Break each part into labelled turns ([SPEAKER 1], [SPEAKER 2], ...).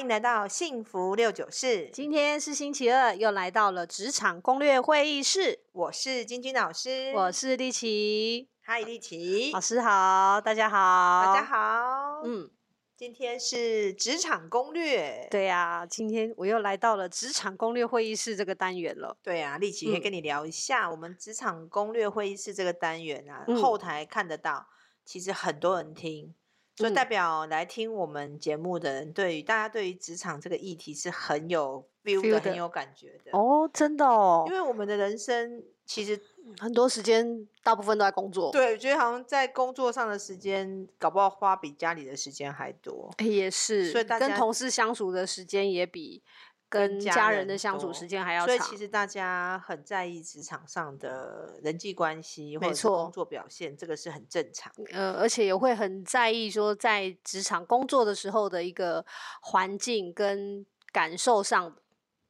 [SPEAKER 1] 迎来到幸福六九四，
[SPEAKER 2] 今天是星期二，又来到了职场攻略会议室。
[SPEAKER 1] 我是金君老师，
[SPEAKER 2] 我是丽琪
[SPEAKER 1] 嗨丽琪
[SPEAKER 2] 老，师，好，大家好，
[SPEAKER 1] 大家，好，嗯，
[SPEAKER 2] 嗯，
[SPEAKER 1] 今天是职场攻略，
[SPEAKER 2] 对呀、今天我又来到了职场攻略会议室这个单元了。
[SPEAKER 1] 对啊，丽琪可以
[SPEAKER 2] 嗯
[SPEAKER 1] 跟你聊一下我们职场攻略会议室这个单元啊，
[SPEAKER 2] 嗯
[SPEAKER 1] 后台看得到，其实很多人听。所以代
[SPEAKER 2] 嗯
[SPEAKER 1] 表来听我们节目的人，对于大家对于职场这个议题是很有 feel 的，
[SPEAKER 2] Feel
[SPEAKER 1] 很
[SPEAKER 2] 的
[SPEAKER 1] 有感觉的。
[SPEAKER 2] 哦，真的哦
[SPEAKER 1] 因，为我们的人生其实
[SPEAKER 2] 很多时间大部分都在工作，，
[SPEAKER 1] 对，我觉得好像在工作上的时间，搞不好花比家里的时间还多。
[SPEAKER 2] 也是，
[SPEAKER 1] 所以大
[SPEAKER 2] 跟
[SPEAKER 1] 家
[SPEAKER 2] 同事相处的时间也比
[SPEAKER 1] 跟
[SPEAKER 2] 跟
[SPEAKER 1] 家
[SPEAKER 2] 家
[SPEAKER 1] 人
[SPEAKER 2] 人的相
[SPEAKER 1] 多
[SPEAKER 2] 处时间还要
[SPEAKER 1] 所以
[SPEAKER 2] 长。
[SPEAKER 1] 其实大家很在意职场上的人际关系或
[SPEAKER 2] 没
[SPEAKER 1] 者是工
[SPEAKER 2] 错
[SPEAKER 1] 作表现，这个是很正常的。
[SPEAKER 2] 呃，而且也会很在意说在职场工作的时候的一个环境跟感受上，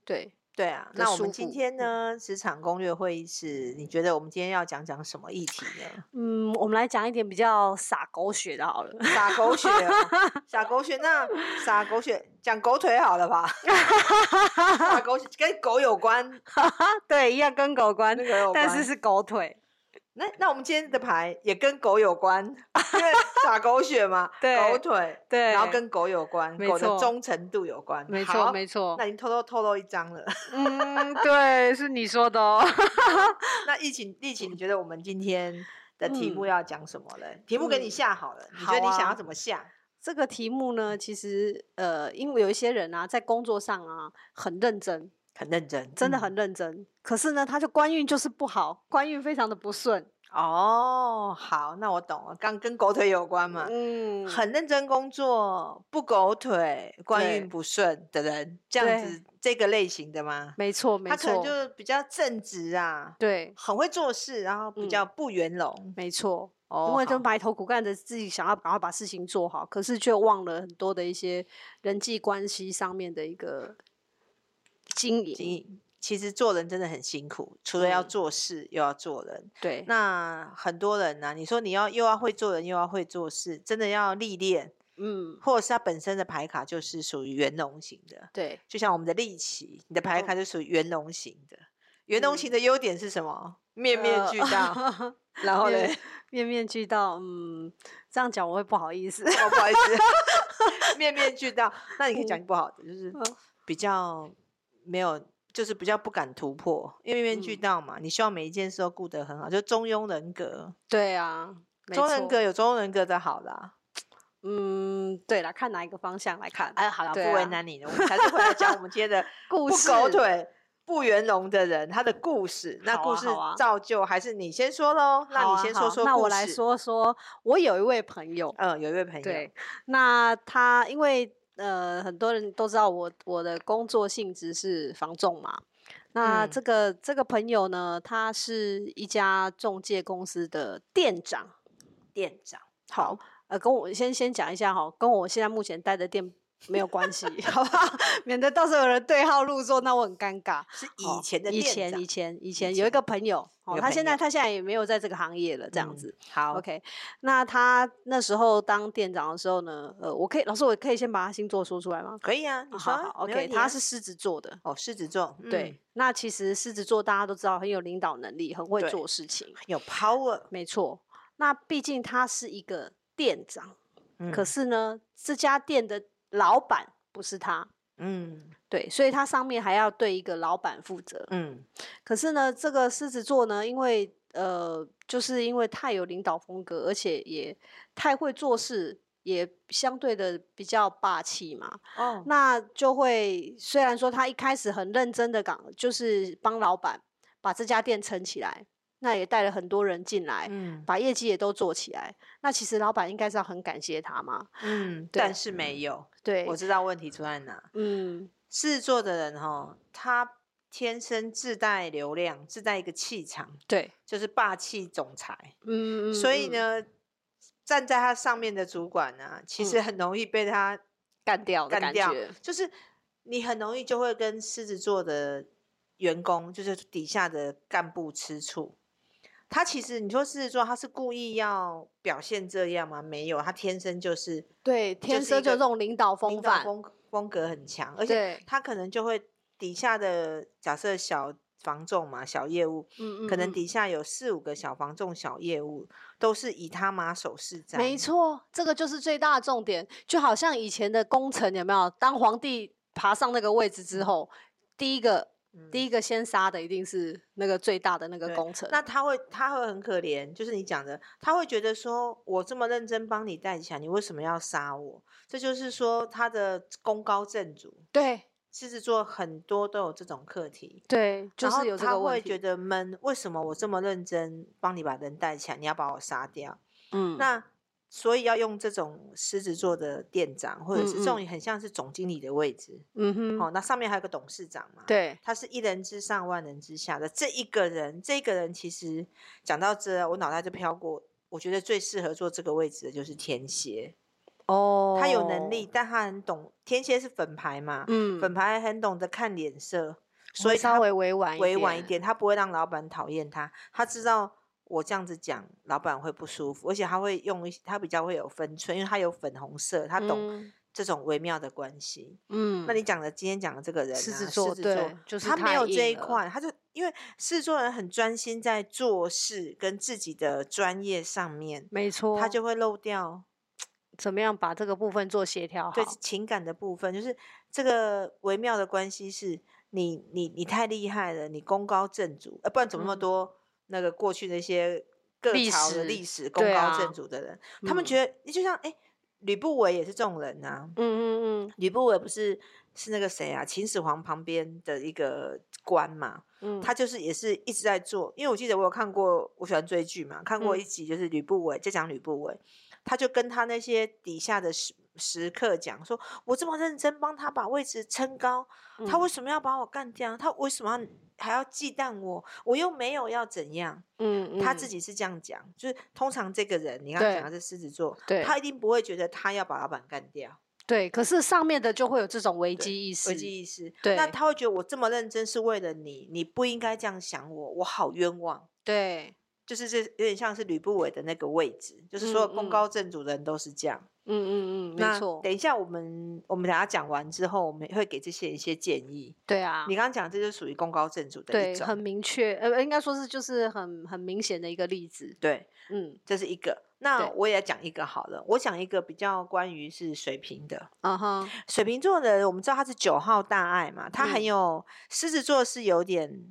[SPEAKER 2] 对，
[SPEAKER 1] 对啊，
[SPEAKER 2] 的
[SPEAKER 1] 那我们
[SPEAKER 2] 舒
[SPEAKER 1] 今
[SPEAKER 2] 服
[SPEAKER 1] 天
[SPEAKER 2] 嗯
[SPEAKER 1] 呢，职场攻略会议室，你觉得我们今天要讲讲什么议题 呢？
[SPEAKER 2] 嗯，我们来讲一点比较洒狗血的好了。
[SPEAKER 1] 撒狗血哦，撒狗血，那撒狗血，讲狗腿好了吧？ 撒狗血跟狗有 关，
[SPEAKER 2] 对，一样跟狗关
[SPEAKER 1] 跟，狗有关，
[SPEAKER 2] 嗯但是是狗腿。
[SPEAKER 1] 那那我们今天的牌也跟狗有关，因为撒狗血嘛，
[SPEAKER 2] 对
[SPEAKER 1] 狗腿，
[SPEAKER 2] 对，
[SPEAKER 1] 然后跟狗有关，
[SPEAKER 2] 没
[SPEAKER 1] 狗的
[SPEAKER 2] 错
[SPEAKER 1] 忠诚度有关，
[SPEAKER 2] 没
[SPEAKER 1] 好
[SPEAKER 2] 错没错
[SPEAKER 1] 那，已经偷偷透露一张了。
[SPEAKER 2] 嗯，对，是你说的哦。
[SPEAKER 1] 那疫情疫情，你觉得我们今天的题目
[SPEAKER 2] 嗯
[SPEAKER 1] 要讲什么嘞？题目给你
[SPEAKER 2] 嗯
[SPEAKER 1] 下好了，你觉
[SPEAKER 2] 好
[SPEAKER 1] 得你想要
[SPEAKER 2] 啊
[SPEAKER 1] 怎么下？
[SPEAKER 2] 这个题目呢，其实呃，因为有一些人啊，在工作上啊很认真，
[SPEAKER 1] 很认真，
[SPEAKER 2] 真的
[SPEAKER 1] 嗯
[SPEAKER 2] 很认真，可是呢，他就官运就是不好，官运非常的不顺。
[SPEAKER 1] 哦。好，那我懂了，刚跟狗腿有关嘛。
[SPEAKER 2] 嗯
[SPEAKER 1] 很认真工作，不狗腿，官
[SPEAKER 2] 对
[SPEAKER 1] 运不顺的人，这样
[SPEAKER 2] 对
[SPEAKER 1] 子这个类型的吗？
[SPEAKER 2] 没错没
[SPEAKER 1] 他可能
[SPEAKER 2] 错，
[SPEAKER 1] 就比较正直啊，
[SPEAKER 2] 对，
[SPEAKER 1] 很会做事，然后比
[SPEAKER 2] 嗯
[SPEAKER 1] 较不圆融，
[SPEAKER 2] 没错。
[SPEAKER 1] 哦
[SPEAKER 2] 因为都
[SPEAKER 1] 好
[SPEAKER 2] 埋头苦干着自己想要赶快把事情做好，可是却忘了很多的一些人际关系上面的一个经营。
[SPEAKER 1] 其其实做人真的很辛苦，除了要
[SPEAKER 2] 嗯
[SPEAKER 1] 做事，又要做人。
[SPEAKER 2] 对，
[SPEAKER 1] 那很多人啊呢、你说你要又要会做人，又要会做事，真的要历练，
[SPEAKER 2] 嗯，
[SPEAKER 1] 或者是他本身的牌卡就是属于圆融型的，
[SPEAKER 2] 对，
[SPEAKER 1] 就像我们的力奇，你的牌
[SPEAKER 2] 哦
[SPEAKER 1] 卡就属于圆融型的。圆融型
[SPEAKER 2] 嗯
[SPEAKER 1] 的优点是什么？面面
[SPEAKER 2] 呃
[SPEAKER 1] 俱 到，然后嘞
[SPEAKER 2] 面，面面俱到。嗯，这样讲我会不好意思。
[SPEAKER 1] 哦，不好意思，面面俱到。那你可以讲不好的，就是
[SPEAKER 2] 嗯
[SPEAKER 1] 比较没有，就是比较不敢突破，因为面面俱
[SPEAKER 2] 嗯
[SPEAKER 1] 到嘛。你希望每一件事都顾得很好，就中庸人格。
[SPEAKER 2] 对啊，没
[SPEAKER 1] 中人
[SPEAKER 2] 错
[SPEAKER 1] 格有中人格的好啦，
[SPEAKER 2] 嗯，对啦，看哪一个方向来看。
[SPEAKER 1] 哎，好啦，不
[SPEAKER 2] 对
[SPEAKER 1] 为
[SPEAKER 2] 啊
[SPEAKER 1] 难你了，我们还是回来讲我们今天的
[SPEAKER 2] 故
[SPEAKER 1] 不
[SPEAKER 2] 事
[SPEAKER 1] 狗腿。不圆融的人，他的故事，那
[SPEAKER 2] 好
[SPEAKER 1] 故
[SPEAKER 2] 啊
[SPEAKER 1] 事
[SPEAKER 2] 好啊
[SPEAKER 1] 造就还是你先说喽？那
[SPEAKER 2] 好
[SPEAKER 1] 你
[SPEAKER 2] 啊
[SPEAKER 1] 先说
[SPEAKER 2] 好
[SPEAKER 1] 说
[SPEAKER 2] 那我
[SPEAKER 1] 故
[SPEAKER 2] 来
[SPEAKER 1] 事。
[SPEAKER 2] 说说，我有一位朋友，
[SPEAKER 1] 嗯，有一位朋友，
[SPEAKER 2] 对，那他因为呃，很多人都知道我我的工作性质是房仲嘛。那
[SPEAKER 1] 嗯
[SPEAKER 2] 这个、这个朋友呢，他是一家中介公司的店长。
[SPEAKER 1] 店长，
[SPEAKER 2] 好，呃，跟我先先讲一下哈，跟我现在目前待的店没有关系，好不好？ 免得到时候有人对号入座，那我很尴尬。
[SPEAKER 1] 是
[SPEAKER 2] 哦
[SPEAKER 1] 以前的
[SPEAKER 2] 以
[SPEAKER 1] 店长，
[SPEAKER 2] 前以前以前有
[SPEAKER 1] 前
[SPEAKER 2] 一个朋友，
[SPEAKER 1] 有
[SPEAKER 2] 哦，
[SPEAKER 1] 个
[SPEAKER 2] 他
[SPEAKER 1] 朋
[SPEAKER 2] 现在
[SPEAKER 1] 友
[SPEAKER 2] 他现在也没有在这个行业了，这样
[SPEAKER 1] 嗯
[SPEAKER 2] 子。
[SPEAKER 1] 好
[SPEAKER 2] OK，那他那时候当店长的时候呢，呃，我可以，老师，我可以先把他星座说出来吗？
[SPEAKER 1] 可以啊，你
[SPEAKER 2] 啊
[SPEAKER 1] 说
[SPEAKER 2] 好
[SPEAKER 1] 啊
[SPEAKER 2] 好
[SPEAKER 1] 没
[SPEAKER 2] ，OK，
[SPEAKER 1] 问题
[SPEAKER 2] 他
[SPEAKER 1] 啊
[SPEAKER 2] 是狮子座的，
[SPEAKER 1] 哦狮子座，
[SPEAKER 2] 对。那其实狮子座大家都知道很有领导能力，很会
[SPEAKER 1] 对
[SPEAKER 2] 做事情
[SPEAKER 1] 嗯，，有 power，
[SPEAKER 2] 没错。那毕竟他是一个店长，
[SPEAKER 1] 嗯
[SPEAKER 2] 可是呢，这家店的老板不是他，
[SPEAKER 1] 嗯
[SPEAKER 2] 对，所以他上面还要对一个老板负责。
[SPEAKER 1] 嗯
[SPEAKER 2] 可是呢，这个狮子座呢，因为呃，就是因为太有领导风格，而且也太会做事，也相对的比较霸气嘛，
[SPEAKER 1] 哦，
[SPEAKER 2] 那就会虽然说他一开始很认真的岗，就是帮老板把这家店撑起来，那也带了很多人进来。
[SPEAKER 1] 嗯
[SPEAKER 2] 把业绩也都做起来，那其实老板应该是要很感谢他嘛。
[SPEAKER 1] 嗯，
[SPEAKER 2] 对
[SPEAKER 1] 但是没有，
[SPEAKER 2] 对，
[SPEAKER 1] 我知道问题出在哪。
[SPEAKER 2] 嗯，
[SPEAKER 1] 狮子座的人哈，他天生自带流量，自带一个气场，
[SPEAKER 2] 对，
[SPEAKER 1] 就是霸气总裁，
[SPEAKER 2] 嗯，嗯
[SPEAKER 1] 所以
[SPEAKER 2] 嗯
[SPEAKER 1] 呢，站在他上面的主管呢、其实
[SPEAKER 2] 嗯
[SPEAKER 1] 很容易被他
[SPEAKER 2] 干掉的
[SPEAKER 1] 干
[SPEAKER 2] 感
[SPEAKER 1] 掉
[SPEAKER 2] 觉，，
[SPEAKER 1] 就是你很容易就会跟狮子座的员工，就是底下的干部吃醋。他其实你说狮子座，他是故意要表现这样吗？没有，他天生就是
[SPEAKER 2] 对，天
[SPEAKER 1] 是
[SPEAKER 2] 生
[SPEAKER 1] 一
[SPEAKER 2] 就
[SPEAKER 1] 个
[SPEAKER 2] 这种领导风
[SPEAKER 1] 领导
[SPEAKER 2] 范，
[SPEAKER 1] 风格风格很强，而且
[SPEAKER 2] 对，
[SPEAKER 1] 他可能就会底下的假设小房仲嘛，小业务，
[SPEAKER 2] 嗯嗯，
[SPEAKER 1] 可能
[SPEAKER 2] 嗯
[SPEAKER 1] 底下有四五个小房仲、小业务，都是以他马首是瞻。
[SPEAKER 2] 没错，这个就是最大的重点。就好像以前的功臣有没有？当皇帝爬上那个位置之后，第一个
[SPEAKER 1] 嗯，
[SPEAKER 2] 第一个先杀的一定是那个最大的那个
[SPEAKER 1] 对
[SPEAKER 2] 功臣。
[SPEAKER 1] 那他会他会很可怜，就是你讲的，他会觉得说我这么认真帮你带起来，你为什么要杀我？这就是说他的功高震主。
[SPEAKER 2] 对
[SPEAKER 1] 狮子座很多都有这种课题，
[SPEAKER 2] 对，就
[SPEAKER 1] 然后
[SPEAKER 2] 是有这
[SPEAKER 1] 他
[SPEAKER 2] 个
[SPEAKER 1] 会
[SPEAKER 2] 问
[SPEAKER 1] 觉
[SPEAKER 2] 题。
[SPEAKER 1] 得闷，为什么我这么认真帮你把人带起来，你要把我杀掉？
[SPEAKER 2] 嗯，
[SPEAKER 1] 那所以要用这种狮子座的店长，或者是这种
[SPEAKER 2] 嗯
[SPEAKER 1] 很像是总经理的位置，
[SPEAKER 2] 嗯
[SPEAKER 1] 好、
[SPEAKER 2] 哼，
[SPEAKER 1] 那上面还有个董事长嘛，，
[SPEAKER 2] 对，
[SPEAKER 1] 他是一人之上，万人之下的这一个人，这个人其实讲到这，我脑袋就飘过。我觉得最适合做这个位置的就是天蝎，
[SPEAKER 2] 哦，
[SPEAKER 1] 他有能力，，但他很懂。天蝎是粉牌嘛，
[SPEAKER 2] 嗯，
[SPEAKER 1] 粉牌很懂得看脸色，所
[SPEAKER 2] 会
[SPEAKER 1] 以
[SPEAKER 2] 稍
[SPEAKER 1] 他
[SPEAKER 2] 微委婉
[SPEAKER 1] 委婉一，点，他不会让老板讨厌他，他知道我这样子讲，老板会不舒服，而且他会用一些，他比较会有分寸，因为他有粉红色，他懂
[SPEAKER 2] 嗯
[SPEAKER 1] 这种微妙的关系。
[SPEAKER 2] 嗯，
[SPEAKER 1] 那你讲的今天讲的这个人、啊，
[SPEAKER 2] 狮
[SPEAKER 1] 狮
[SPEAKER 2] 子座对就是
[SPEAKER 1] 他没
[SPEAKER 2] 太
[SPEAKER 1] 有这
[SPEAKER 2] 硬
[SPEAKER 1] 一
[SPEAKER 2] 了
[SPEAKER 1] 块，他就因为狮子座人很专心在做事跟自己的专业上面，
[SPEAKER 2] 没错，
[SPEAKER 1] 他就会漏掉
[SPEAKER 2] 怎么样把这个部分做协调好？
[SPEAKER 1] 对情感的部分，就是这个微妙的关系是你你你太厉害了，你功高震主，呃，不然怎么那么
[SPEAKER 2] 嗯
[SPEAKER 1] 多、那个过去那些各
[SPEAKER 2] 历
[SPEAKER 1] 朝的
[SPEAKER 2] 史
[SPEAKER 1] 历史功
[SPEAKER 2] 对
[SPEAKER 1] 高
[SPEAKER 2] 啊
[SPEAKER 1] 震主的人，他们
[SPEAKER 2] 嗯
[SPEAKER 1] 觉得你就像哎，吕不韦也是这种人啊，
[SPEAKER 2] 嗯嗯
[SPEAKER 1] 吕不韦不是是那个谁啊，秦始皇旁边的一个官嘛，
[SPEAKER 2] 嗯嗯，
[SPEAKER 1] 他就是也是一直在做，因为我记得我有看过，我喜欢追剧嘛，看过
[SPEAKER 2] 嗯
[SPEAKER 1] 一集就是吕不韦在讲吕不韦，他就跟他那些底下的食食客讲说，我这么认真帮他把位置撑高，他
[SPEAKER 2] 嗯
[SPEAKER 1] 为什么要把我干掉？他为什么要还要忌惮我？我又没有要怎样，
[SPEAKER 2] 嗯
[SPEAKER 1] 他自
[SPEAKER 2] 嗯
[SPEAKER 1] 己是这样讲，就是通常这个人，你刚刚讲
[SPEAKER 2] 对
[SPEAKER 1] 的是狮子座，
[SPEAKER 2] 对
[SPEAKER 1] 他一定不会觉得他要把老板干掉。
[SPEAKER 2] 对，可是上面的就会有这种危
[SPEAKER 1] 对
[SPEAKER 2] 机意识，
[SPEAKER 1] 危机意识，那
[SPEAKER 2] 对
[SPEAKER 1] 他会觉得我这么认真是为了你，你不应该这样想我，我好冤枉。
[SPEAKER 2] 对，
[SPEAKER 1] 就是这有点像是吕不韦的那个位置，就是所有
[SPEAKER 2] 嗯
[SPEAKER 1] 功
[SPEAKER 2] 嗯
[SPEAKER 1] 高震主的人都是这样。
[SPEAKER 2] 嗯嗯嗯，没
[SPEAKER 1] 那
[SPEAKER 2] 错，
[SPEAKER 1] 等一下我们我们等一下讲完之后，我们会给这些一些建议。
[SPEAKER 2] 对啊
[SPEAKER 1] 你，刚刚讲这就属于功高震主的一
[SPEAKER 2] 对，
[SPEAKER 1] 种，
[SPEAKER 2] 很明确，呃，应该说是就是很很明显的一个例子，
[SPEAKER 1] 对，
[SPEAKER 2] 嗯
[SPEAKER 1] 这是一个。那
[SPEAKER 2] 对
[SPEAKER 1] 我也讲一个好了，我讲一个比较关于是水瓶的。
[SPEAKER 2] 啊哈，
[SPEAKER 1] 水瓶座的人，我们知道他是九号大爱嘛，他很
[SPEAKER 2] 嗯
[SPEAKER 1] 有狮子座是有点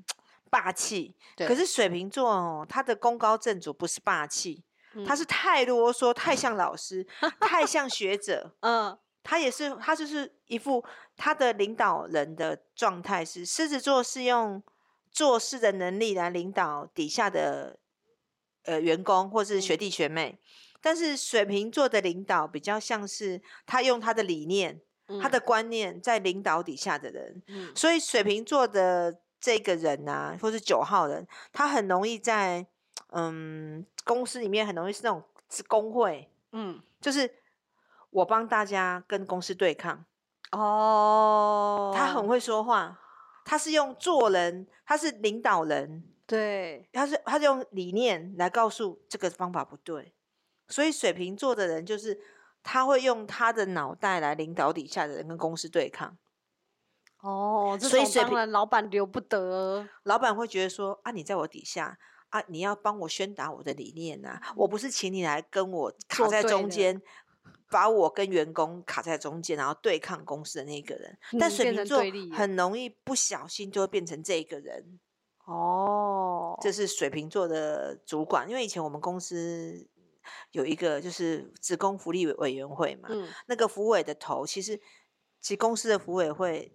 [SPEAKER 1] 霸气，
[SPEAKER 2] 对，
[SPEAKER 1] 可是水瓶座哦，他的功高震主不是霸气，他
[SPEAKER 2] 嗯
[SPEAKER 1] 是太啰嗦，太像老师，太像学者。
[SPEAKER 2] 嗯
[SPEAKER 1] 他也是，他就是一副他的领导人的状态是狮子座是用做事的能力来领导底下的呃员工或是学
[SPEAKER 2] 嗯
[SPEAKER 1] 弟学妹，但是水瓶座的领导比较像是他用他的理念、他
[SPEAKER 2] 嗯
[SPEAKER 1] 的观念在领导底下的人，
[SPEAKER 2] 嗯
[SPEAKER 1] 所以水瓶座的这个人啊，或是九号人，他很容易在嗯公司里面很容易是那种是工会，
[SPEAKER 2] 嗯
[SPEAKER 1] 就是我帮大家跟公司对抗。
[SPEAKER 2] 哦，
[SPEAKER 1] 他很会说话，他是用做人，他是领导人，
[SPEAKER 2] 对，
[SPEAKER 1] 他是他是用理念来告诉这个方法不对。所以水瓶座的人就是他会用他的脑袋来领导底下的人跟公司对抗。
[SPEAKER 2] 哦，这
[SPEAKER 1] 所以
[SPEAKER 2] 种
[SPEAKER 1] 水
[SPEAKER 2] 当
[SPEAKER 1] 瓶
[SPEAKER 2] 然老板留不得，
[SPEAKER 1] 老板会觉得说啊，你在我底下啊，你要帮我宣达我的理念呐、我不是请你来跟我卡
[SPEAKER 2] 作
[SPEAKER 1] 在
[SPEAKER 2] 嗯对
[SPEAKER 1] 中
[SPEAKER 2] 的
[SPEAKER 1] 间，把我跟员工卡在中间，然后对抗公司的那个人。但
[SPEAKER 2] 嗯
[SPEAKER 1] 水瓶
[SPEAKER 2] 变成
[SPEAKER 1] 座
[SPEAKER 2] 对立了
[SPEAKER 1] 很容易不小心就会变成这一个人，
[SPEAKER 2] 哦，
[SPEAKER 1] 这是水瓶座的主管。因为以前我们公司有一个就是职工福利委委员会嘛，
[SPEAKER 2] 嗯
[SPEAKER 1] 那个福委的头，其实其实公司的福委会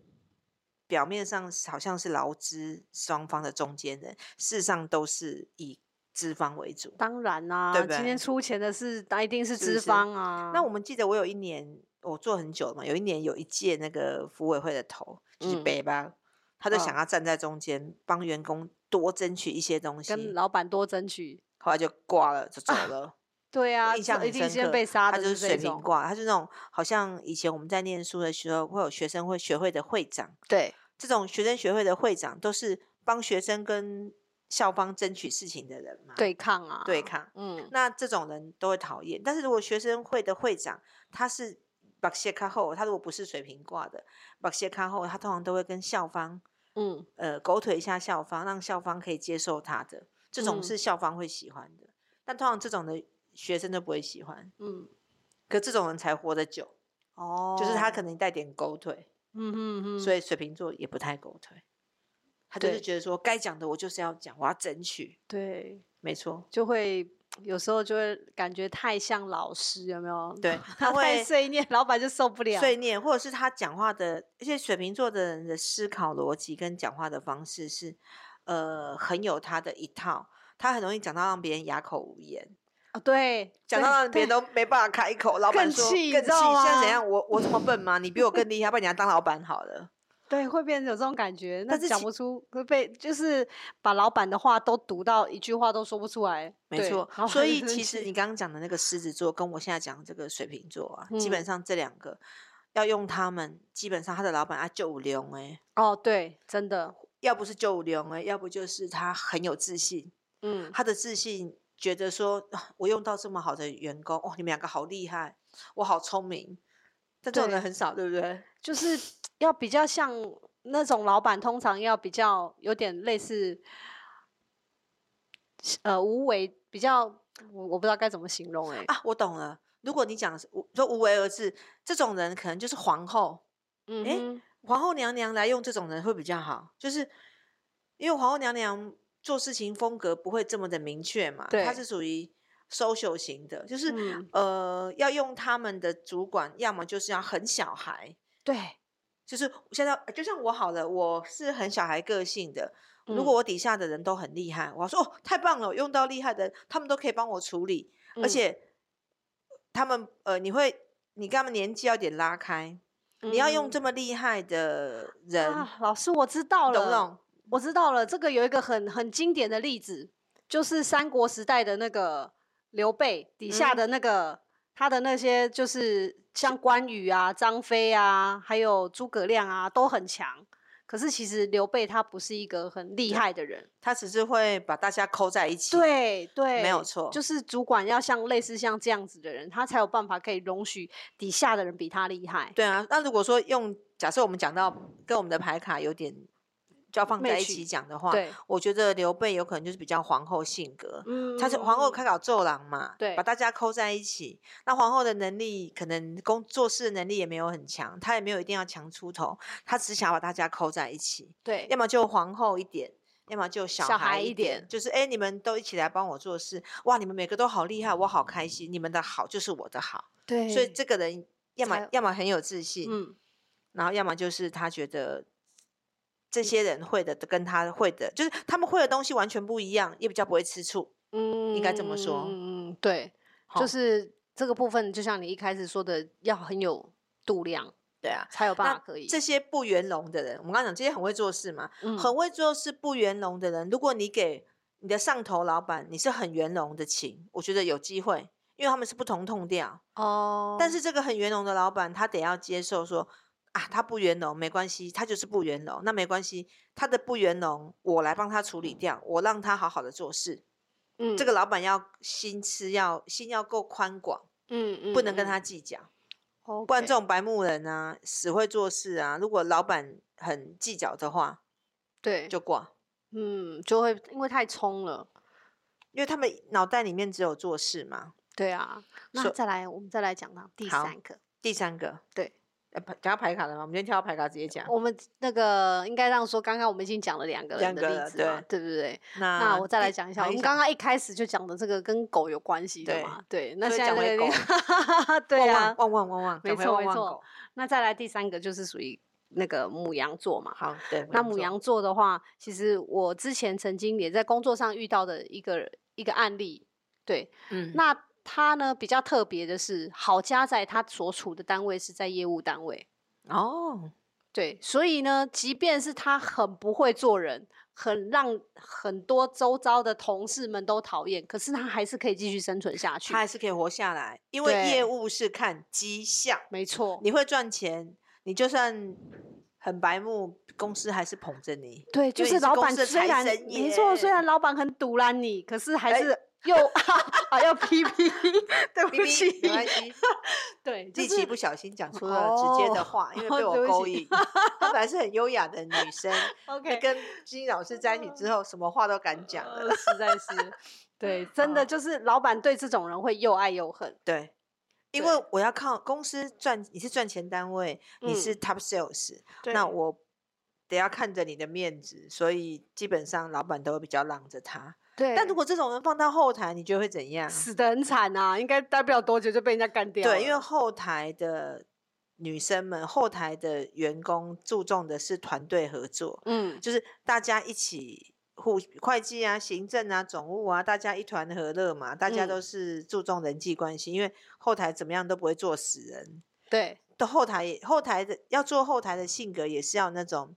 [SPEAKER 1] 表面上是好像是劳资双方的中间人，事实上都是以资方为主。
[SPEAKER 2] 当然啦、
[SPEAKER 1] 对不
[SPEAKER 2] 今
[SPEAKER 1] 对
[SPEAKER 2] 天出钱的是那一定是
[SPEAKER 1] 是
[SPEAKER 2] 资
[SPEAKER 1] 是
[SPEAKER 2] 方啊。
[SPEAKER 1] 那我们记得我有一年我做很久了嘛，有一年有一届那个福委会的头就是
[SPEAKER 2] 嗯
[SPEAKER 1] 北吧，他就想
[SPEAKER 2] 嗯
[SPEAKER 1] 要站在中间帮员工多争取一些东西，
[SPEAKER 2] 跟老啊板多争取。
[SPEAKER 1] 后来就挂了就走了。
[SPEAKER 2] 对
[SPEAKER 1] 我
[SPEAKER 2] 啊，
[SPEAKER 1] 印象
[SPEAKER 2] 这一
[SPEAKER 1] 很
[SPEAKER 2] 定
[SPEAKER 1] 深
[SPEAKER 2] 先
[SPEAKER 1] 刻，
[SPEAKER 2] 被杀
[SPEAKER 1] 他
[SPEAKER 2] 的
[SPEAKER 1] 就是
[SPEAKER 2] 这
[SPEAKER 1] 水
[SPEAKER 2] 种
[SPEAKER 1] 平挂，他是那种好像以前我们在念书的时候会有学生会学会的会长，
[SPEAKER 2] 对，
[SPEAKER 1] 这种学生学会的会长都是帮学生跟校方争取事情的人嘛，
[SPEAKER 2] 对抗啊，
[SPEAKER 1] 对，抗。
[SPEAKER 2] 嗯，
[SPEAKER 1] 那这种人都会讨厌。但是如果学生会的会长他是把谢卡后，他如果不是水平挂的把谢卡后，他通常都会跟校方
[SPEAKER 2] 嗯，
[SPEAKER 1] 呃狗腿一下校方，让校方可以接受他的，这种
[SPEAKER 2] 嗯
[SPEAKER 1] 是校方会喜欢的。但通常这种的学生都不会喜欢，
[SPEAKER 2] 嗯，
[SPEAKER 1] 可这种人才活得久，
[SPEAKER 2] 哦，
[SPEAKER 1] 就是他可能带点狗腿，
[SPEAKER 2] 嗯，嗯嗯嗯，
[SPEAKER 1] 所
[SPEAKER 2] 以
[SPEAKER 1] 以水瓶座也不太狗腿。他就是
[SPEAKER 2] 对
[SPEAKER 1] 觉得说，该讲的我就是要讲，我要争取，
[SPEAKER 2] 对，
[SPEAKER 1] 没错，
[SPEAKER 2] 就会有时候就会感觉太像老师，有没有？
[SPEAKER 1] 对
[SPEAKER 2] 他
[SPEAKER 1] 他
[SPEAKER 2] 太
[SPEAKER 1] 会
[SPEAKER 2] 碎念，老板就受不了。
[SPEAKER 1] 碎念，或者是他讲话的，而且水瓶座的人的思考逻辑跟讲话的方式是，呃，很有他的一套，他很容易讲到让别人哑口无言，
[SPEAKER 2] 哦，对，
[SPEAKER 1] 讲
[SPEAKER 2] 对
[SPEAKER 1] 到让别人
[SPEAKER 2] 对
[SPEAKER 1] 都没办法开口，老板
[SPEAKER 2] 更
[SPEAKER 1] 说
[SPEAKER 2] 气你
[SPEAKER 1] 更
[SPEAKER 2] 知道
[SPEAKER 1] 现在
[SPEAKER 2] 吗
[SPEAKER 1] 怎样？我我这么笨吗？你比我更厉害，把你来当老板好了。
[SPEAKER 2] 对会变成有这种感觉，那
[SPEAKER 1] 但是
[SPEAKER 2] 讲
[SPEAKER 1] 其
[SPEAKER 2] 不出，会被就是把老板的话都读到一句话都说不出来。
[SPEAKER 1] 没
[SPEAKER 2] 对
[SPEAKER 1] 错
[SPEAKER 2] 老，
[SPEAKER 1] 所
[SPEAKER 2] 板就
[SPEAKER 1] 以
[SPEAKER 2] 生
[SPEAKER 1] 其
[SPEAKER 2] 气
[SPEAKER 1] 实你刚刚讲的那个狮子座，跟我现在讲的这个水瓶座啊，基本
[SPEAKER 2] 嗯
[SPEAKER 1] 上这两个要用他们，基本上他的老板啊就五流哎，
[SPEAKER 2] 哦，对，真的，
[SPEAKER 1] 要不是就五流哎，要不就是他很有自信，
[SPEAKER 2] 嗯，
[SPEAKER 1] 他的自信觉得说，啊我用到这么好的员工，哦，你们两个好厉害，我好聪明，但这种
[SPEAKER 2] 对
[SPEAKER 1] 人很少，对不对？
[SPEAKER 2] 就是要比较像那种老板，通常要比较有点类似，呃，无为，比较我我不知道该怎么形容哎、
[SPEAKER 1] 啊，我懂了。如果你讲是无说无为而治，这种人可能就是皇后，
[SPEAKER 2] 嗯
[SPEAKER 1] 诶
[SPEAKER 2] 哼，
[SPEAKER 1] 皇后娘娘来用这种人会比较好，就是因为皇后娘娘做事情风格不会这么的明确嘛，她
[SPEAKER 2] 对
[SPEAKER 1] 是属于 social 型的，就是、
[SPEAKER 2] 嗯
[SPEAKER 1] 呃要用他们的主管，要么就是要很小孩，
[SPEAKER 2] 对，
[SPEAKER 1] 就是现在就像我好了，我是很小孩个性的。如
[SPEAKER 2] 嗯
[SPEAKER 1] 果我底下的人都很厉害，我要说哦，太棒了，用到厉害的人，他们都可以帮我处理，而
[SPEAKER 2] 嗯
[SPEAKER 1] 且他们呃，你会你跟他们年纪要有点拉开，你要用
[SPEAKER 2] 嗯
[SPEAKER 1] 这么厉害的人，
[SPEAKER 2] 啊，老师我知道
[SPEAKER 1] 你
[SPEAKER 2] 了，
[SPEAKER 1] 懂不懂？
[SPEAKER 2] 我知道了，这个有一个很很经典的例子，就是三国时代的那个刘备底下
[SPEAKER 1] 嗯
[SPEAKER 2] 的那个、他的那些，就是像关羽啊、张飞啊，还有诸葛亮啊，都很强。可是其实刘备他不是一个很厉害的人，
[SPEAKER 1] 他只是会把大家扣在一起。，
[SPEAKER 2] 对对，
[SPEAKER 1] 没有错
[SPEAKER 2] 就是主管要像类似像这样子的人，他才有办法可以容许底下的人比他厉害。
[SPEAKER 1] 对啊。那如果说用假设我们讲到跟我们的牌卡有点就要放在一
[SPEAKER 2] Match
[SPEAKER 1] 起讲的话，
[SPEAKER 2] 对，
[SPEAKER 1] 我觉得刘备有可能就是比较皇后性格，
[SPEAKER 2] 嗯
[SPEAKER 1] 他是皇后开搞奏郎嘛，
[SPEAKER 2] 对
[SPEAKER 1] 把大家扣在一起。那皇后的能力可能工做事的能力也没有很强，她也没有一定要强出头，她只想把大家扣在一起，
[SPEAKER 2] 对
[SPEAKER 1] 要么就皇后一点。要么就小
[SPEAKER 2] 小
[SPEAKER 1] 孩
[SPEAKER 2] 孩
[SPEAKER 1] 一
[SPEAKER 2] 一
[SPEAKER 1] 点，
[SPEAKER 2] 点
[SPEAKER 1] 就是哎、诶你们都一起来帮我做事，哇，你们每个都好厉害，我好开心，你们的好就是我的好，
[SPEAKER 2] 对，
[SPEAKER 1] 所以这个人要
[SPEAKER 2] 才
[SPEAKER 1] 么
[SPEAKER 2] 有
[SPEAKER 1] 要么很有自信，
[SPEAKER 2] 嗯
[SPEAKER 1] 然后要么就是他觉得
[SPEAKER 2] 嗯
[SPEAKER 1] 这些人会的跟他会的，就是他们会的东西完全不一样，也比较不会吃醋。
[SPEAKER 2] 嗯，
[SPEAKER 1] 该这么说
[SPEAKER 2] 嗯嗯嗯，对，
[SPEAKER 1] 吼
[SPEAKER 2] 就是这个部分，就像你一开始说的，要很有度量，
[SPEAKER 1] 对啊，
[SPEAKER 2] 才有办
[SPEAKER 1] 那
[SPEAKER 2] 法可以。
[SPEAKER 1] 这些不圆融的人，我们刚刚讲这些很会做事嘛，
[SPEAKER 2] 嗯
[SPEAKER 1] 很会做事不圆融的人，如果你给你的上头老板你是很圆融的情，我觉得有机会，因为他们是不同痛调。
[SPEAKER 2] 哦，
[SPEAKER 1] 但是这个很圆融的老板，他得要接受说啊，他不圆融没关系，他就是不圆融，那没关系，他的不圆融我来帮他处理掉，我让他好好的做事。
[SPEAKER 2] 嗯
[SPEAKER 1] 这个老板要心思要心要够宽广，
[SPEAKER 2] 嗯嗯，
[SPEAKER 1] 不能跟
[SPEAKER 2] 嗯
[SPEAKER 1] 他，计较，
[SPEAKER 2] 哦，
[SPEAKER 1] 不然这种白目人啊，死会做事啊，如果老板很计较的话，
[SPEAKER 2] 对，
[SPEAKER 1] 就挂，
[SPEAKER 2] 嗯就会因为太冲了，
[SPEAKER 1] 因为他们脑袋里面只有做事嘛。
[SPEAKER 2] 对啊。那
[SPEAKER 1] 所
[SPEAKER 2] 再来，我们再来讲到第
[SPEAKER 1] 好
[SPEAKER 2] 三个，
[SPEAKER 1] 第三个，
[SPEAKER 2] 对哦
[SPEAKER 1] 呃，牌讲到牌卡了吗？我们今天挑到牌卡直接讲。
[SPEAKER 2] 我们那个应该这样说，刚刚我们已经讲了两个
[SPEAKER 1] 两
[SPEAKER 2] 人的
[SPEAKER 1] 个啊
[SPEAKER 2] 例
[SPEAKER 1] 了
[SPEAKER 2] 子嘛，对不对？
[SPEAKER 1] 那
[SPEAKER 2] 那我再来
[SPEAKER 1] 第
[SPEAKER 2] 讲一下，
[SPEAKER 1] 哪
[SPEAKER 2] 我们刚刚一开始就讲的这个跟狗有关系的
[SPEAKER 1] 对
[SPEAKER 2] 嘛，对。那
[SPEAKER 1] 所以
[SPEAKER 2] 现在
[SPEAKER 1] 讲回
[SPEAKER 2] 这个 对
[SPEAKER 1] 旺
[SPEAKER 2] 啊
[SPEAKER 1] 旺，旺旺旺旺，讲
[SPEAKER 2] 没
[SPEAKER 1] 回
[SPEAKER 2] 错
[SPEAKER 1] 旺
[SPEAKER 2] 没
[SPEAKER 1] 旺
[SPEAKER 2] 错
[SPEAKER 1] 狗
[SPEAKER 2] 那再来第三个就是属于那个母羊座嘛。
[SPEAKER 1] 好，对，
[SPEAKER 2] 那母
[SPEAKER 1] 座
[SPEAKER 2] 羊座的话，其实我之前曾经也在工作上遇到的一个一个案例。对，
[SPEAKER 1] 嗯，
[SPEAKER 2] 那他呢比较特别的是，好家在他所处的单位是在业务单位，
[SPEAKER 1] 哦，
[SPEAKER 2] 对，所以呢，即便是他很不会做人，很让很多周遭的同事们都讨厌，可是他还是可以继续生存下去
[SPEAKER 1] 他。还是可以活下来，因为
[SPEAKER 2] 对
[SPEAKER 1] 业务是看绩效。
[SPEAKER 2] 没错，
[SPEAKER 1] 你会赚钱，你就算很白目，公司还是捧着你。
[SPEAKER 2] 对，就
[SPEAKER 1] 因为你
[SPEAKER 2] 是
[SPEAKER 1] 是
[SPEAKER 2] 老
[SPEAKER 1] 公
[SPEAKER 2] 板
[SPEAKER 1] 司的
[SPEAKER 2] 虽
[SPEAKER 1] 财
[SPEAKER 2] 然
[SPEAKER 1] 神
[SPEAKER 2] 没错，虽
[SPEAKER 1] 耶
[SPEAKER 2] 然老板很堵拦你，可是还
[SPEAKER 1] 哎
[SPEAKER 2] 是 又啊要批评，
[SPEAKER 1] 哔
[SPEAKER 2] 对不
[SPEAKER 1] 哔，没关
[SPEAKER 2] 起，
[SPEAKER 1] 系，
[SPEAKER 2] 对，就
[SPEAKER 1] 丽
[SPEAKER 2] 是
[SPEAKER 1] 琪不小心讲出了直接的
[SPEAKER 2] 哦
[SPEAKER 1] 话，因为
[SPEAKER 2] 对
[SPEAKER 1] 被我
[SPEAKER 2] 不
[SPEAKER 1] 勾
[SPEAKER 2] 起
[SPEAKER 1] 引。她本来是很优雅的女生，
[SPEAKER 2] OK 嗯
[SPEAKER 1] 那跟金老师在一起之后，什么话都敢讲了。哦
[SPEAKER 2] 呃实在是，对，真的
[SPEAKER 1] 好
[SPEAKER 2] 就是老板对这种人会又爱又恨。
[SPEAKER 1] 对，因
[SPEAKER 2] 对
[SPEAKER 1] 为我要靠公司赚，你是赚钱单位，你是 top sales，、那
[SPEAKER 2] 嗯对
[SPEAKER 1] 我得要看着你的面子，所以基本上老板都会比较让着他。
[SPEAKER 2] 对，
[SPEAKER 1] 但如果这种人放到后台，你觉得会怎样？
[SPEAKER 2] 死的很惨啊，应该待不了多久就被人家干掉了。
[SPEAKER 1] 对，因为后台的女生们，后台的员工注重的是团队合作，
[SPEAKER 2] 嗯，
[SPEAKER 1] 就是大家一起。互会计啊、行政啊、总务啊，大家一团和乐嘛，大家
[SPEAKER 2] 嗯
[SPEAKER 1] 都是注重人际关系，因为后台怎么样都不会做死人，
[SPEAKER 2] 对，
[SPEAKER 1] 的后台也后台的要做后台的性格也是要那种，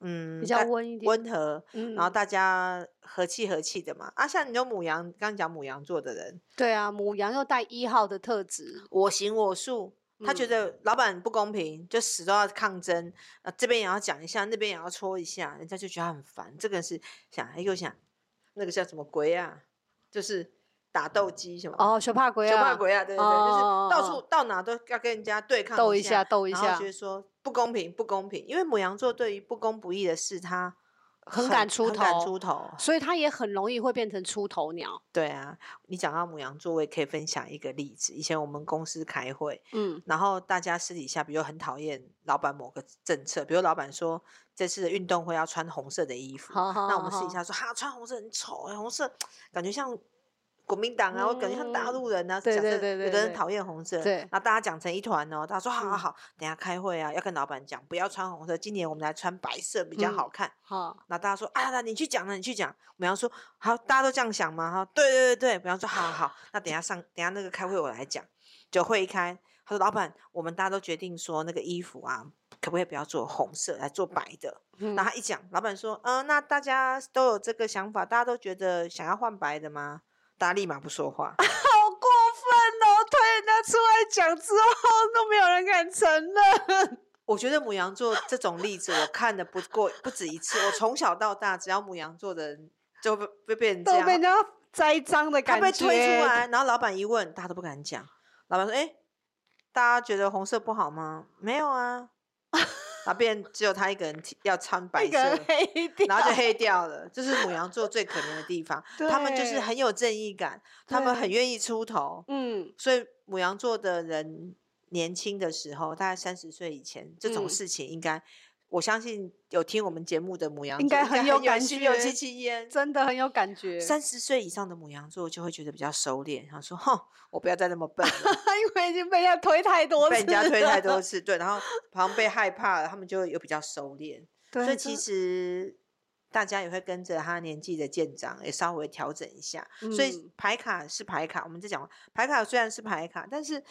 [SPEAKER 1] 嗯，
[SPEAKER 2] 比较
[SPEAKER 1] 大
[SPEAKER 2] 温一点，
[SPEAKER 1] 温和，
[SPEAKER 2] 嗯，
[SPEAKER 1] 然后大家和气和气的嘛。啊，像你有母羊，刚讲母羊座的人，
[SPEAKER 2] 对啊，母羊又带一号的特质，
[SPEAKER 1] 我行我素。他觉
[SPEAKER 2] 嗯
[SPEAKER 1] 得老板不公平，就死都要抗争，啊，这边也要讲一下，那边也要戳一下，人家就觉得他很烦。这个人是想哎又想，那个叫什么鬼啊？就是打斗鸡什么？
[SPEAKER 2] 哦，小怕鬼
[SPEAKER 1] 小
[SPEAKER 2] 啊，
[SPEAKER 1] 怕鬼啊，对对对，
[SPEAKER 2] 哦
[SPEAKER 1] 就是到
[SPEAKER 2] 哦
[SPEAKER 1] 处到哪都要跟人家对抗
[SPEAKER 2] 斗
[SPEAKER 1] 一
[SPEAKER 2] 一下，斗一
[SPEAKER 1] 然
[SPEAKER 2] 下
[SPEAKER 1] 后，觉得说不公平，不公平，因为母羊座对于不公不义的事，他
[SPEAKER 2] 很敢出
[SPEAKER 1] 很敢
[SPEAKER 2] 头
[SPEAKER 1] 出头。
[SPEAKER 2] 所以他也很容易会变成出头鸟。
[SPEAKER 1] 对啊，你讲到母羊座，我也可以分享一个例子。以前我们公司开会，
[SPEAKER 2] 嗯，
[SPEAKER 1] 然后大家私底下，比如很讨厌老板某个政策，比如老板说这次的运动会要穿红色的衣服，
[SPEAKER 2] 好好，
[SPEAKER 1] 那我们
[SPEAKER 2] 好
[SPEAKER 1] 私底，下说哈，穿红色很丑、欸，红色感觉像国民党啊，或感觉像大
[SPEAKER 2] 嗯
[SPEAKER 1] 陆人啊。
[SPEAKER 2] 对
[SPEAKER 1] 假
[SPEAKER 2] 对
[SPEAKER 1] 设
[SPEAKER 2] 对对
[SPEAKER 1] 有的人
[SPEAKER 2] 对
[SPEAKER 1] 讨厌红色，
[SPEAKER 2] 对
[SPEAKER 1] 然后大家讲成一团哦。大家说好好
[SPEAKER 2] 嗯
[SPEAKER 1] 好，等一下开会啊，要跟老板讲不要穿红色，今年我们来穿白色比较
[SPEAKER 2] 嗯
[SPEAKER 1] 好看。
[SPEAKER 2] 好，
[SPEAKER 1] 那大家说啊，那你去讲了，你去讲。母羊说好，大家都这样想吗？哈，对对对对。母羊说好好好，那等一下上，等一下那个开会我来讲。就会一开，他说老板，我们大家都决定说那个衣服啊，可不可以不要做红色，来做白的？
[SPEAKER 2] 嗯
[SPEAKER 1] 然后他一讲，老板说：“嗯、那大家都有这个想法，大家都觉得想要换白的吗？”大家立马不说话。
[SPEAKER 2] 好过分哦！推人家出来讲之后，都没有人敢承认。
[SPEAKER 1] 我觉得母羊座这种例子，我看的不过不止一次。我从小到大，只要母羊座的人就被被变成这
[SPEAKER 2] 都被人
[SPEAKER 1] 样，
[SPEAKER 2] 家栽赃的
[SPEAKER 1] 他
[SPEAKER 2] 感觉，
[SPEAKER 1] 被推出来，然后老板一问，大家都不敢讲。老板说：“哎、大家觉得红色不好吗？”没有啊。然后变只有他一个人提要穿白
[SPEAKER 2] 那
[SPEAKER 1] 色，
[SPEAKER 2] 个黑掉，
[SPEAKER 1] 然后就黑掉了。这是母羊座最可怜的地 方，他们就是
[SPEAKER 2] 对
[SPEAKER 1] 很有正义感，他们很
[SPEAKER 2] 对
[SPEAKER 1] 愿意出头。
[SPEAKER 2] 嗯，
[SPEAKER 1] 所以母羊座的人年轻的时候，大概三十岁以前，这种
[SPEAKER 2] 嗯
[SPEAKER 1] 事情应该、我相信有听我们节目的母羊座
[SPEAKER 2] 应该很
[SPEAKER 1] 很
[SPEAKER 2] 有
[SPEAKER 1] 有
[SPEAKER 2] 感
[SPEAKER 1] 心有戚
[SPEAKER 2] 觉
[SPEAKER 1] 戚焉。
[SPEAKER 2] 真的很有感觉。
[SPEAKER 1] 三十岁以上的母羊座就会觉得比较收敛，他说：“哼，我不要再那么笨了，
[SPEAKER 2] 因为已经被人家推太多次，
[SPEAKER 1] 被人家推 太多，次。”对，然后好像被害怕了，他们就有比较收敛。
[SPEAKER 2] 对
[SPEAKER 1] 所以
[SPEAKER 2] 这
[SPEAKER 1] 其实大家也会跟着他年纪的渐长，也稍微调整一下。所以
[SPEAKER 2] 嗯
[SPEAKER 1] 牌卡是牌卡，我们在讲牌卡虽然是牌卡，但是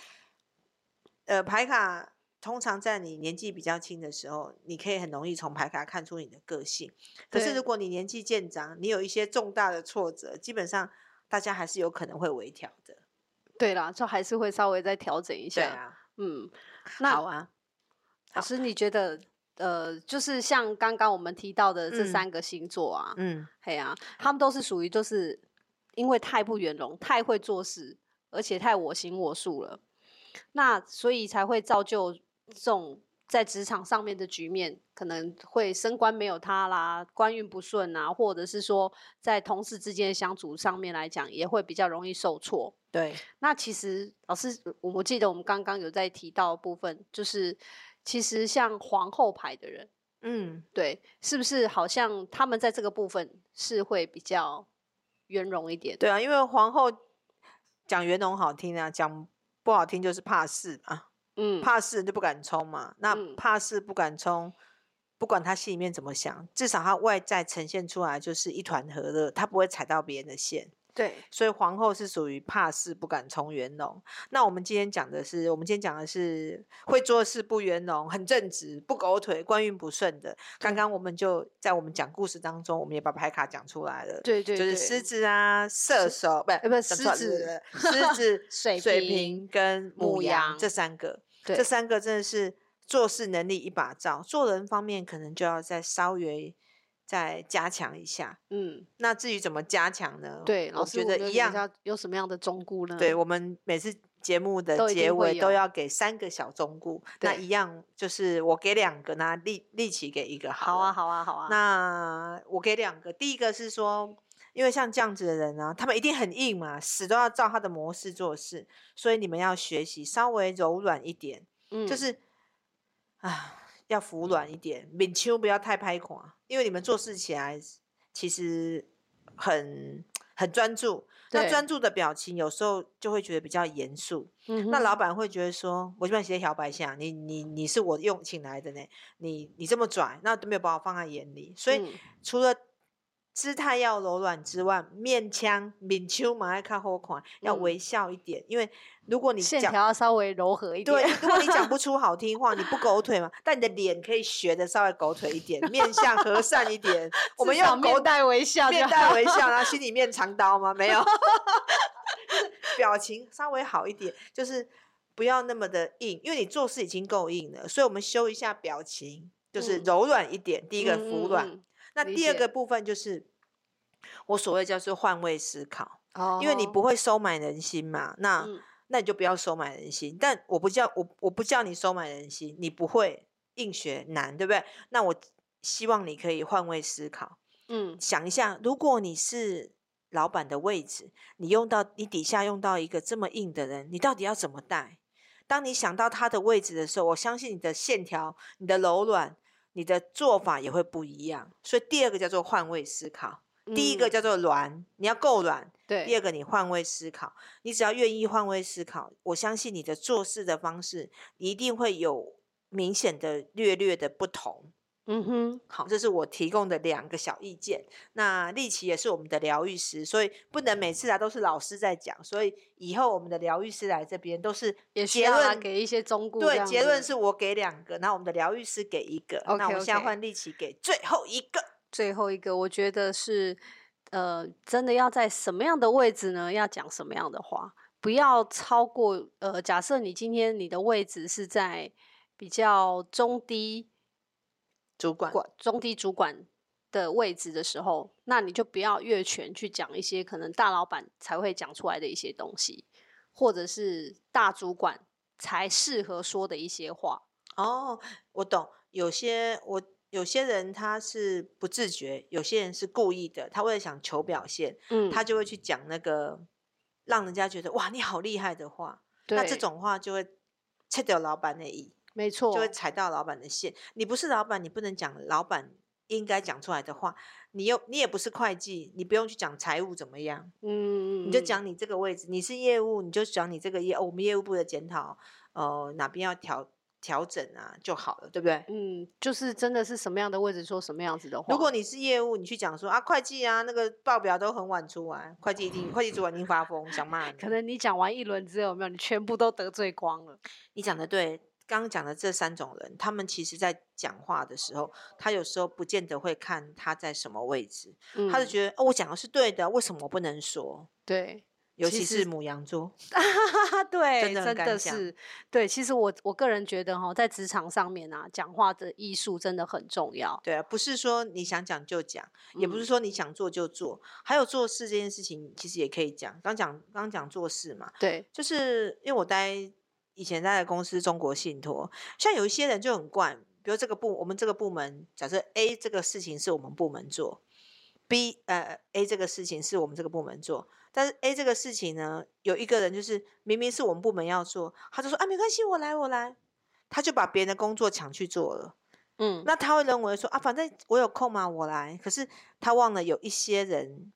[SPEAKER 1] 呃，牌卡通常在你年纪比较轻的时候，你可以很容易从牌卡看出你的个性。可是
[SPEAKER 2] 对
[SPEAKER 1] 如果你年纪渐长，你有一些重大的挫折，基本上大家还是有可能会微调的。
[SPEAKER 2] 对啦，就还是会稍微再调整一
[SPEAKER 1] 对
[SPEAKER 2] 下。
[SPEAKER 1] 啊，
[SPEAKER 2] 嗯，
[SPEAKER 1] 好
[SPEAKER 2] 那
[SPEAKER 1] 啊，
[SPEAKER 2] 老师你觉得？呃，就是像刚刚我们提到的这
[SPEAKER 1] 嗯
[SPEAKER 2] 三个星座啊，
[SPEAKER 1] 嗯，
[SPEAKER 2] 嘿呀、他们都是属于就是因为太不圆融、太会做事，而且太我行我素了，那所以才会造就这种在职场上面的局面，可能会升官没有他啦，官运不顺啊，或者是说在同事之间的相处上面来讲，也会比较容易受挫。
[SPEAKER 1] 对，
[SPEAKER 2] 那其实老师，我我记得我们刚刚有在提到的部分，就是其实像皇后牌的人。
[SPEAKER 1] 嗯，
[SPEAKER 2] 对，是不是好像他们在这个部分是会比较圆融一点？
[SPEAKER 1] 对啊，因为皇后讲圆融好听啊，讲不好听就是怕事嘛。
[SPEAKER 2] 嗯，
[SPEAKER 1] 怕事就不敢冲嘛。那
[SPEAKER 2] 嗯
[SPEAKER 1] 怕事不敢冲，不管他心里面怎么想，至少他外在呈现出来就是一团和乐，他不会踩到别人的线。
[SPEAKER 2] 对，
[SPEAKER 1] 所以皇后是属于怕事不敢冲圆融。那我们今天讲的是，我们今天讲的是会做事不圆融，很正直，不狗腿，官运不顺的。刚刚我们就在我们讲故事当中，我们也把牌卡讲出来了。
[SPEAKER 2] 对对
[SPEAKER 1] 就是狮，子啊、射手，不，
[SPEAKER 2] 呃不
[SPEAKER 1] 讲
[SPEAKER 2] 狮
[SPEAKER 1] 错了
[SPEAKER 2] 子、
[SPEAKER 1] 狮子
[SPEAKER 2] 、水
[SPEAKER 1] 水
[SPEAKER 2] 瓶
[SPEAKER 1] 瓶跟
[SPEAKER 2] 母
[SPEAKER 1] 母羊
[SPEAKER 2] 羊
[SPEAKER 1] 这三个，
[SPEAKER 2] 对
[SPEAKER 1] 这三个真的是做事能力一把照，做人方面可能就要再稍微再加强一下。
[SPEAKER 2] 嗯，
[SPEAKER 1] 那至于怎么加强呢？
[SPEAKER 2] 对，
[SPEAKER 1] 我
[SPEAKER 2] 老师
[SPEAKER 1] 觉得
[SPEAKER 2] 们
[SPEAKER 1] 一样。
[SPEAKER 2] 有什么样的忠告呢？
[SPEAKER 1] 对，我们每次节目的
[SPEAKER 2] 嗯都一定
[SPEAKER 1] 结
[SPEAKER 2] 会
[SPEAKER 1] 尾都
[SPEAKER 2] 有
[SPEAKER 1] 要给三个小忠告，那
[SPEAKER 2] 对
[SPEAKER 1] 一样就是我给两个，那立立奇给一个好，
[SPEAKER 2] 好啊，。好啊，好啊。
[SPEAKER 1] 那我给两个，第一个是说，因为像这样子的人啊，他们一定很硬嘛，死都要照他的模式做事，所以你们要学习稍微柔软一点，
[SPEAKER 2] 嗯
[SPEAKER 1] 就是啊，要服软一点，勉强不要太拍垮，因为你们做事起来其实很很专注，那
[SPEAKER 2] 对
[SPEAKER 1] 专注的表情有时候就会觉得比较严肃，
[SPEAKER 2] 嗯
[SPEAKER 1] 那
[SPEAKER 2] 哼
[SPEAKER 1] 老板会觉得说，我这边写小白下，你你你是我用请来的呢，你你这么拽，那都没有把我放在眼里，所以
[SPEAKER 2] 嗯
[SPEAKER 1] 除了姿态要柔软之外，面腔、面丘嘛要看好看，要
[SPEAKER 2] 嗯
[SPEAKER 1] 微笑一点，因为如果你
[SPEAKER 2] 线
[SPEAKER 1] 讲
[SPEAKER 2] 条要稍微柔和一点。
[SPEAKER 1] 对， 如果你讲 不出好听话，你不狗腿嘛，但你的脸可以学的稍微狗腿一点，面相和善一点。我们
[SPEAKER 2] 至少
[SPEAKER 1] 用狗
[SPEAKER 2] 面带微笑就
[SPEAKER 1] 面
[SPEAKER 2] 好，
[SPEAKER 1] 带微笑，然后心里面藏刀吗？没有， 表情稍微好一点，就是不要那么的硬，因为你做事已经够硬了，所以我们修一下表情，就是
[SPEAKER 2] 嗯
[SPEAKER 1] 柔软一点。第一个服软，
[SPEAKER 2] 嗯嗯
[SPEAKER 1] 那
[SPEAKER 2] 理
[SPEAKER 1] 第二
[SPEAKER 2] 解
[SPEAKER 1] 个部分就是我所谓叫做换位思考，
[SPEAKER 2] 嗯哦
[SPEAKER 1] 因为你不会收买人心嘛，那。
[SPEAKER 2] 嗯
[SPEAKER 1] 那你就不要收买人心。但我不叫我我不叫你收买人心，你不会硬学难，对不对？那我希望你可以换位思考，
[SPEAKER 2] 嗯
[SPEAKER 1] 想一下，如果你是老板的位置，你用到你底下用到一个这么硬的人，你到底要怎么带？当你想到他的位置的时候，我相信你的线条、你的柔软、你的做法也会不一样。所以第二个叫做换位思考，第一个
[SPEAKER 2] 嗯
[SPEAKER 1] 叫做软，你要够软，
[SPEAKER 2] 对
[SPEAKER 1] 第二个，你换位思考，你只要愿意换位思考，我相信你的做事的方式一定会有明显的、略略的不同。
[SPEAKER 2] 嗯哼
[SPEAKER 1] 好，这是我提供的两个小意见。那丽琪也是我们的疗愈师，所以不能每次来啊都是老师在讲，所以以后我们的疗愈师来这边都是
[SPEAKER 2] 也需
[SPEAKER 1] 结
[SPEAKER 2] 要来
[SPEAKER 1] 论
[SPEAKER 2] 给一些忠告这
[SPEAKER 1] 对，
[SPEAKER 2] 样
[SPEAKER 1] 结论
[SPEAKER 2] 子
[SPEAKER 1] 是我给两个，那我们的疗愈师给一个。那我们现在
[SPEAKER 2] OK，OK
[SPEAKER 1] 换丽琪给最后一个。
[SPEAKER 2] 最后一个，我觉得是，呃，真的要在什么样的位置呢？要讲什么样的话，不要超过。呃，假设你今天你的位置是在比较中低
[SPEAKER 1] 主管
[SPEAKER 2] 管中低主管的位置的时候，那你就不要越权去讲一些可能大老板才会讲出来的一些东西，或者是大主管才适合说的一些话。
[SPEAKER 1] 哦，我懂。有些我有些人他是不自觉，有些人是故意的。他为了想求表现，
[SPEAKER 2] 嗯
[SPEAKER 1] 他就会去讲那个让人家觉得哇你好厉害的话。那这
[SPEAKER 2] 对
[SPEAKER 1] 种话就会切掉老板的意，
[SPEAKER 2] 没错，
[SPEAKER 1] 就会踩到老板的线。你不是老板，你不能讲老板应该讲出来的话。你又你也不是会计，你不用去讲财务怎么样。
[SPEAKER 2] 嗯，嗯
[SPEAKER 1] 你就
[SPEAKER 2] 嗯
[SPEAKER 1] 讲你这个位置，你是业务，你就讲你这个业，哦我们业务部的检讨，呃，哪边要调调整啊就好了，对不对？
[SPEAKER 2] 嗯，就是真的是什么样的位置说什么样子的话。
[SPEAKER 1] 如果你是业务，你去讲说啊，会计啊，那个报表都很晚出来，会计一定，会计主管一定发疯，想骂你。
[SPEAKER 2] 可能你讲完一轮之后，有没有你全部都得罪光了？
[SPEAKER 1] 你讲的对，刚刚讲的这三种人，他们其实在讲话的时候，他有时候不见得会看他在什么位置，他就
[SPEAKER 2] 得
[SPEAKER 1] 觉得哦，我讲的是对的，为什么我不能说？
[SPEAKER 2] 嗯 对，
[SPEAKER 1] 尤
[SPEAKER 2] 其
[SPEAKER 1] 其
[SPEAKER 2] 实
[SPEAKER 1] 是母羊座，
[SPEAKER 2] 对，
[SPEAKER 1] 真的很敢讲
[SPEAKER 2] 是对。其实我我个人觉得哈，在职场上面啊，讲话的艺术真的很重要。
[SPEAKER 1] 对啊，不是说你想讲就讲。也不是
[SPEAKER 2] 嗯
[SPEAKER 1] 说你想做就做，还有做事这件事情，其实也可以讲。刚讲刚讲做事嘛，
[SPEAKER 2] 对，
[SPEAKER 1] 就是因为我待以前待的公司中国信托，像有一些人就很怪，比如这个部我们这个部门，假设 A 这个事情是我们部门做，B 呃 A 这个事情是我们这个部门做，但是 A 这个事情呢，有一个人就是明明是我们部门要做，他就说啊没关系，我来我来，他就把别人的工作抢去做了。
[SPEAKER 2] 嗯，
[SPEAKER 1] 那他会认为说啊，反正我有空嘛，我来。可是他忘了有一些人，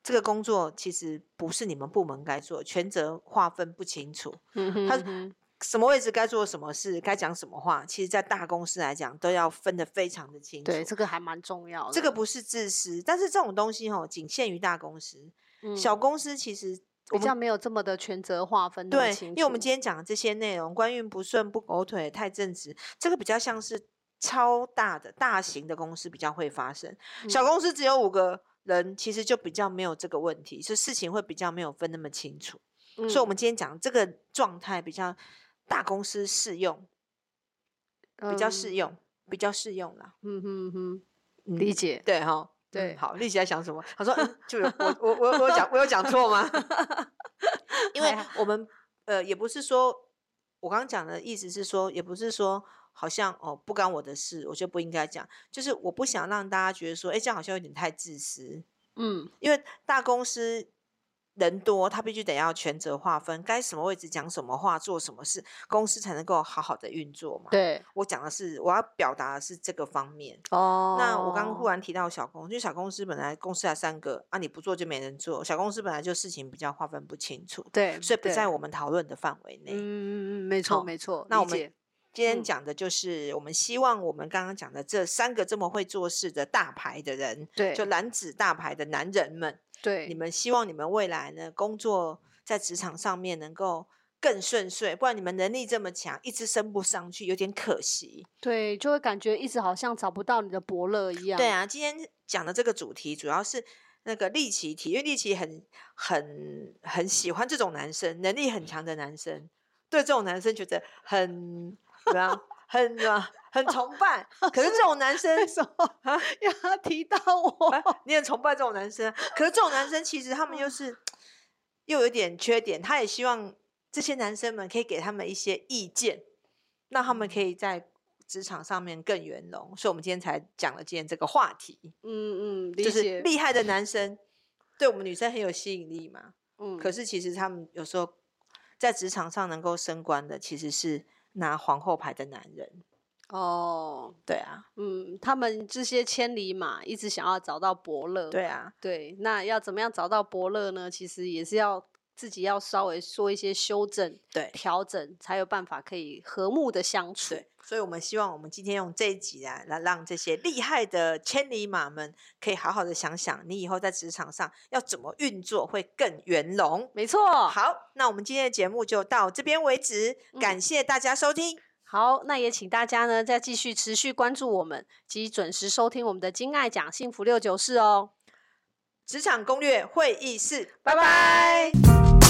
[SPEAKER 1] 这个工作其实不是你们部门该做，权责划分不清楚，
[SPEAKER 2] 嗯哼
[SPEAKER 1] 他
[SPEAKER 2] 嗯哼
[SPEAKER 1] 什么位置该做什么事，该讲什么话，其实在大公司来讲都要分得非常的清楚。
[SPEAKER 2] 对这个还蛮重要的。
[SPEAKER 1] 这个不是自私，但是这种东西哦，仅限于大公司，小
[SPEAKER 2] 嗯
[SPEAKER 1] 公司其实我
[SPEAKER 2] 比较
[SPEAKER 1] 们。
[SPEAKER 2] 没有这么的权责划分那么
[SPEAKER 1] 对，
[SPEAKER 2] 清
[SPEAKER 1] 因为我们
[SPEAKER 2] 楚
[SPEAKER 1] 今天讲的这些内容，官运不顺、不狗腿、太正直，这个比较像是超大的、大型的公司比较会发生。小
[SPEAKER 2] 嗯
[SPEAKER 1] 公司只有五个人，其实就比较没有这个问题，所以事情会比较没有分那么清楚。所以，我
[SPEAKER 2] 嗯
[SPEAKER 1] 们今天讲这个状态比较大公司适用，比较
[SPEAKER 2] 嗯
[SPEAKER 1] 适用，比较适用啦。
[SPEAKER 2] 嗯哼哼，
[SPEAKER 1] 嗯
[SPEAKER 2] 理解。
[SPEAKER 1] 对哈，
[SPEAKER 2] 对
[SPEAKER 1] 嗯好，丽姐在想什么？她 说，嗯就是我我我我有讲我有讲错吗？ 因为
[SPEAKER 2] 还好
[SPEAKER 1] 我们呃也不是说，我刚刚讲的意思是说，也不是说好像哦不干我的事，我就不应该讲，就是我不想让大家觉得说，哎，这样好像有点太自私，
[SPEAKER 2] 嗯
[SPEAKER 1] 因为大公司。人多，他必须得要权责划分，该什么位置讲什么话，做什么事，公司才能够好好的运作嘛。
[SPEAKER 2] 对
[SPEAKER 1] 我讲的是，我要表达的是这个方面。
[SPEAKER 2] 哦
[SPEAKER 1] 那我刚刚忽然提到小公司，因为小公司本来公司才三个啊，你不做就没人做。小公司本来就事情比较划分不清楚，
[SPEAKER 2] 对，
[SPEAKER 1] 所以不
[SPEAKER 2] 嗯对
[SPEAKER 1] 在我们讨论的范围内。
[SPEAKER 2] 嗯嗯嗯，没错
[SPEAKER 1] 好
[SPEAKER 2] 没错，
[SPEAKER 1] 那
[SPEAKER 2] 理
[SPEAKER 1] 我们
[SPEAKER 2] 解
[SPEAKER 1] 今天
[SPEAKER 2] 嗯
[SPEAKER 1] 讲的就是，我们希望我们刚刚讲的这三个这么会做事的大牌的人，
[SPEAKER 2] 对
[SPEAKER 1] 就男子大牌的男人们，
[SPEAKER 2] 对
[SPEAKER 1] 你们希望你们未来呢，工作在职场上面能够更顺遂，不然你们能力这么强，一直升不上去，有点可惜。
[SPEAKER 2] 对，就会感觉一直好像找不到你的伯乐一样。
[SPEAKER 1] 对，啊，今天讲的这个主题主要是那个利奇提，因为利奇很很很喜欢这种男生，能力很强的男生，对这种男生觉得很怎么样，很怎么样很崇拜。可是这种男生
[SPEAKER 2] 为，什么
[SPEAKER 1] 啊
[SPEAKER 2] 要提到我？
[SPEAKER 1] 哎 你很崇拜这种男生，可是这种男生其实他
[SPEAKER 2] 嗯
[SPEAKER 1] 们又是又有点缺点，他也希望这些男生们可以给他们一些意见，让他们可
[SPEAKER 2] 嗯
[SPEAKER 1] 以在职场上面更圆融。所以我们今天才讲了今天这个话题。
[SPEAKER 2] 嗯嗯，理
[SPEAKER 1] 就是
[SPEAKER 2] 解。
[SPEAKER 1] 厉害的男生对我们女生很有吸引力嘛。
[SPEAKER 2] 嗯，
[SPEAKER 1] 可是其实他们有时候在职场上能够升官的，其实是拿皇后牌的男人。
[SPEAKER 2] 哦，
[SPEAKER 1] 对啊，
[SPEAKER 2] 嗯，他们这些千里马一直想要找到伯乐。
[SPEAKER 1] 对啊，
[SPEAKER 2] 对，那要怎么样找到伯乐呢？其实也是要自己要稍微做一些修正、
[SPEAKER 1] 对
[SPEAKER 2] 调整，才有办法可以和睦的相处。
[SPEAKER 1] 对。所以我们希望我们今天用这一集啊，来让这些厉害的千里马们可以好好的想想，你以后在职场上要怎么运作会更圆融。哦
[SPEAKER 2] 没错。
[SPEAKER 1] 好，那我们今天的节目就到这边为止，
[SPEAKER 2] 嗯
[SPEAKER 1] 感谢大家收听。
[SPEAKER 2] 好，那也请大家呢再继续持续关注我们，及准时收听我们的《金爱讲幸福六九四》哦。
[SPEAKER 1] 职场攻略会议室，
[SPEAKER 2] 拜
[SPEAKER 1] 拜拜
[SPEAKER 2] 拜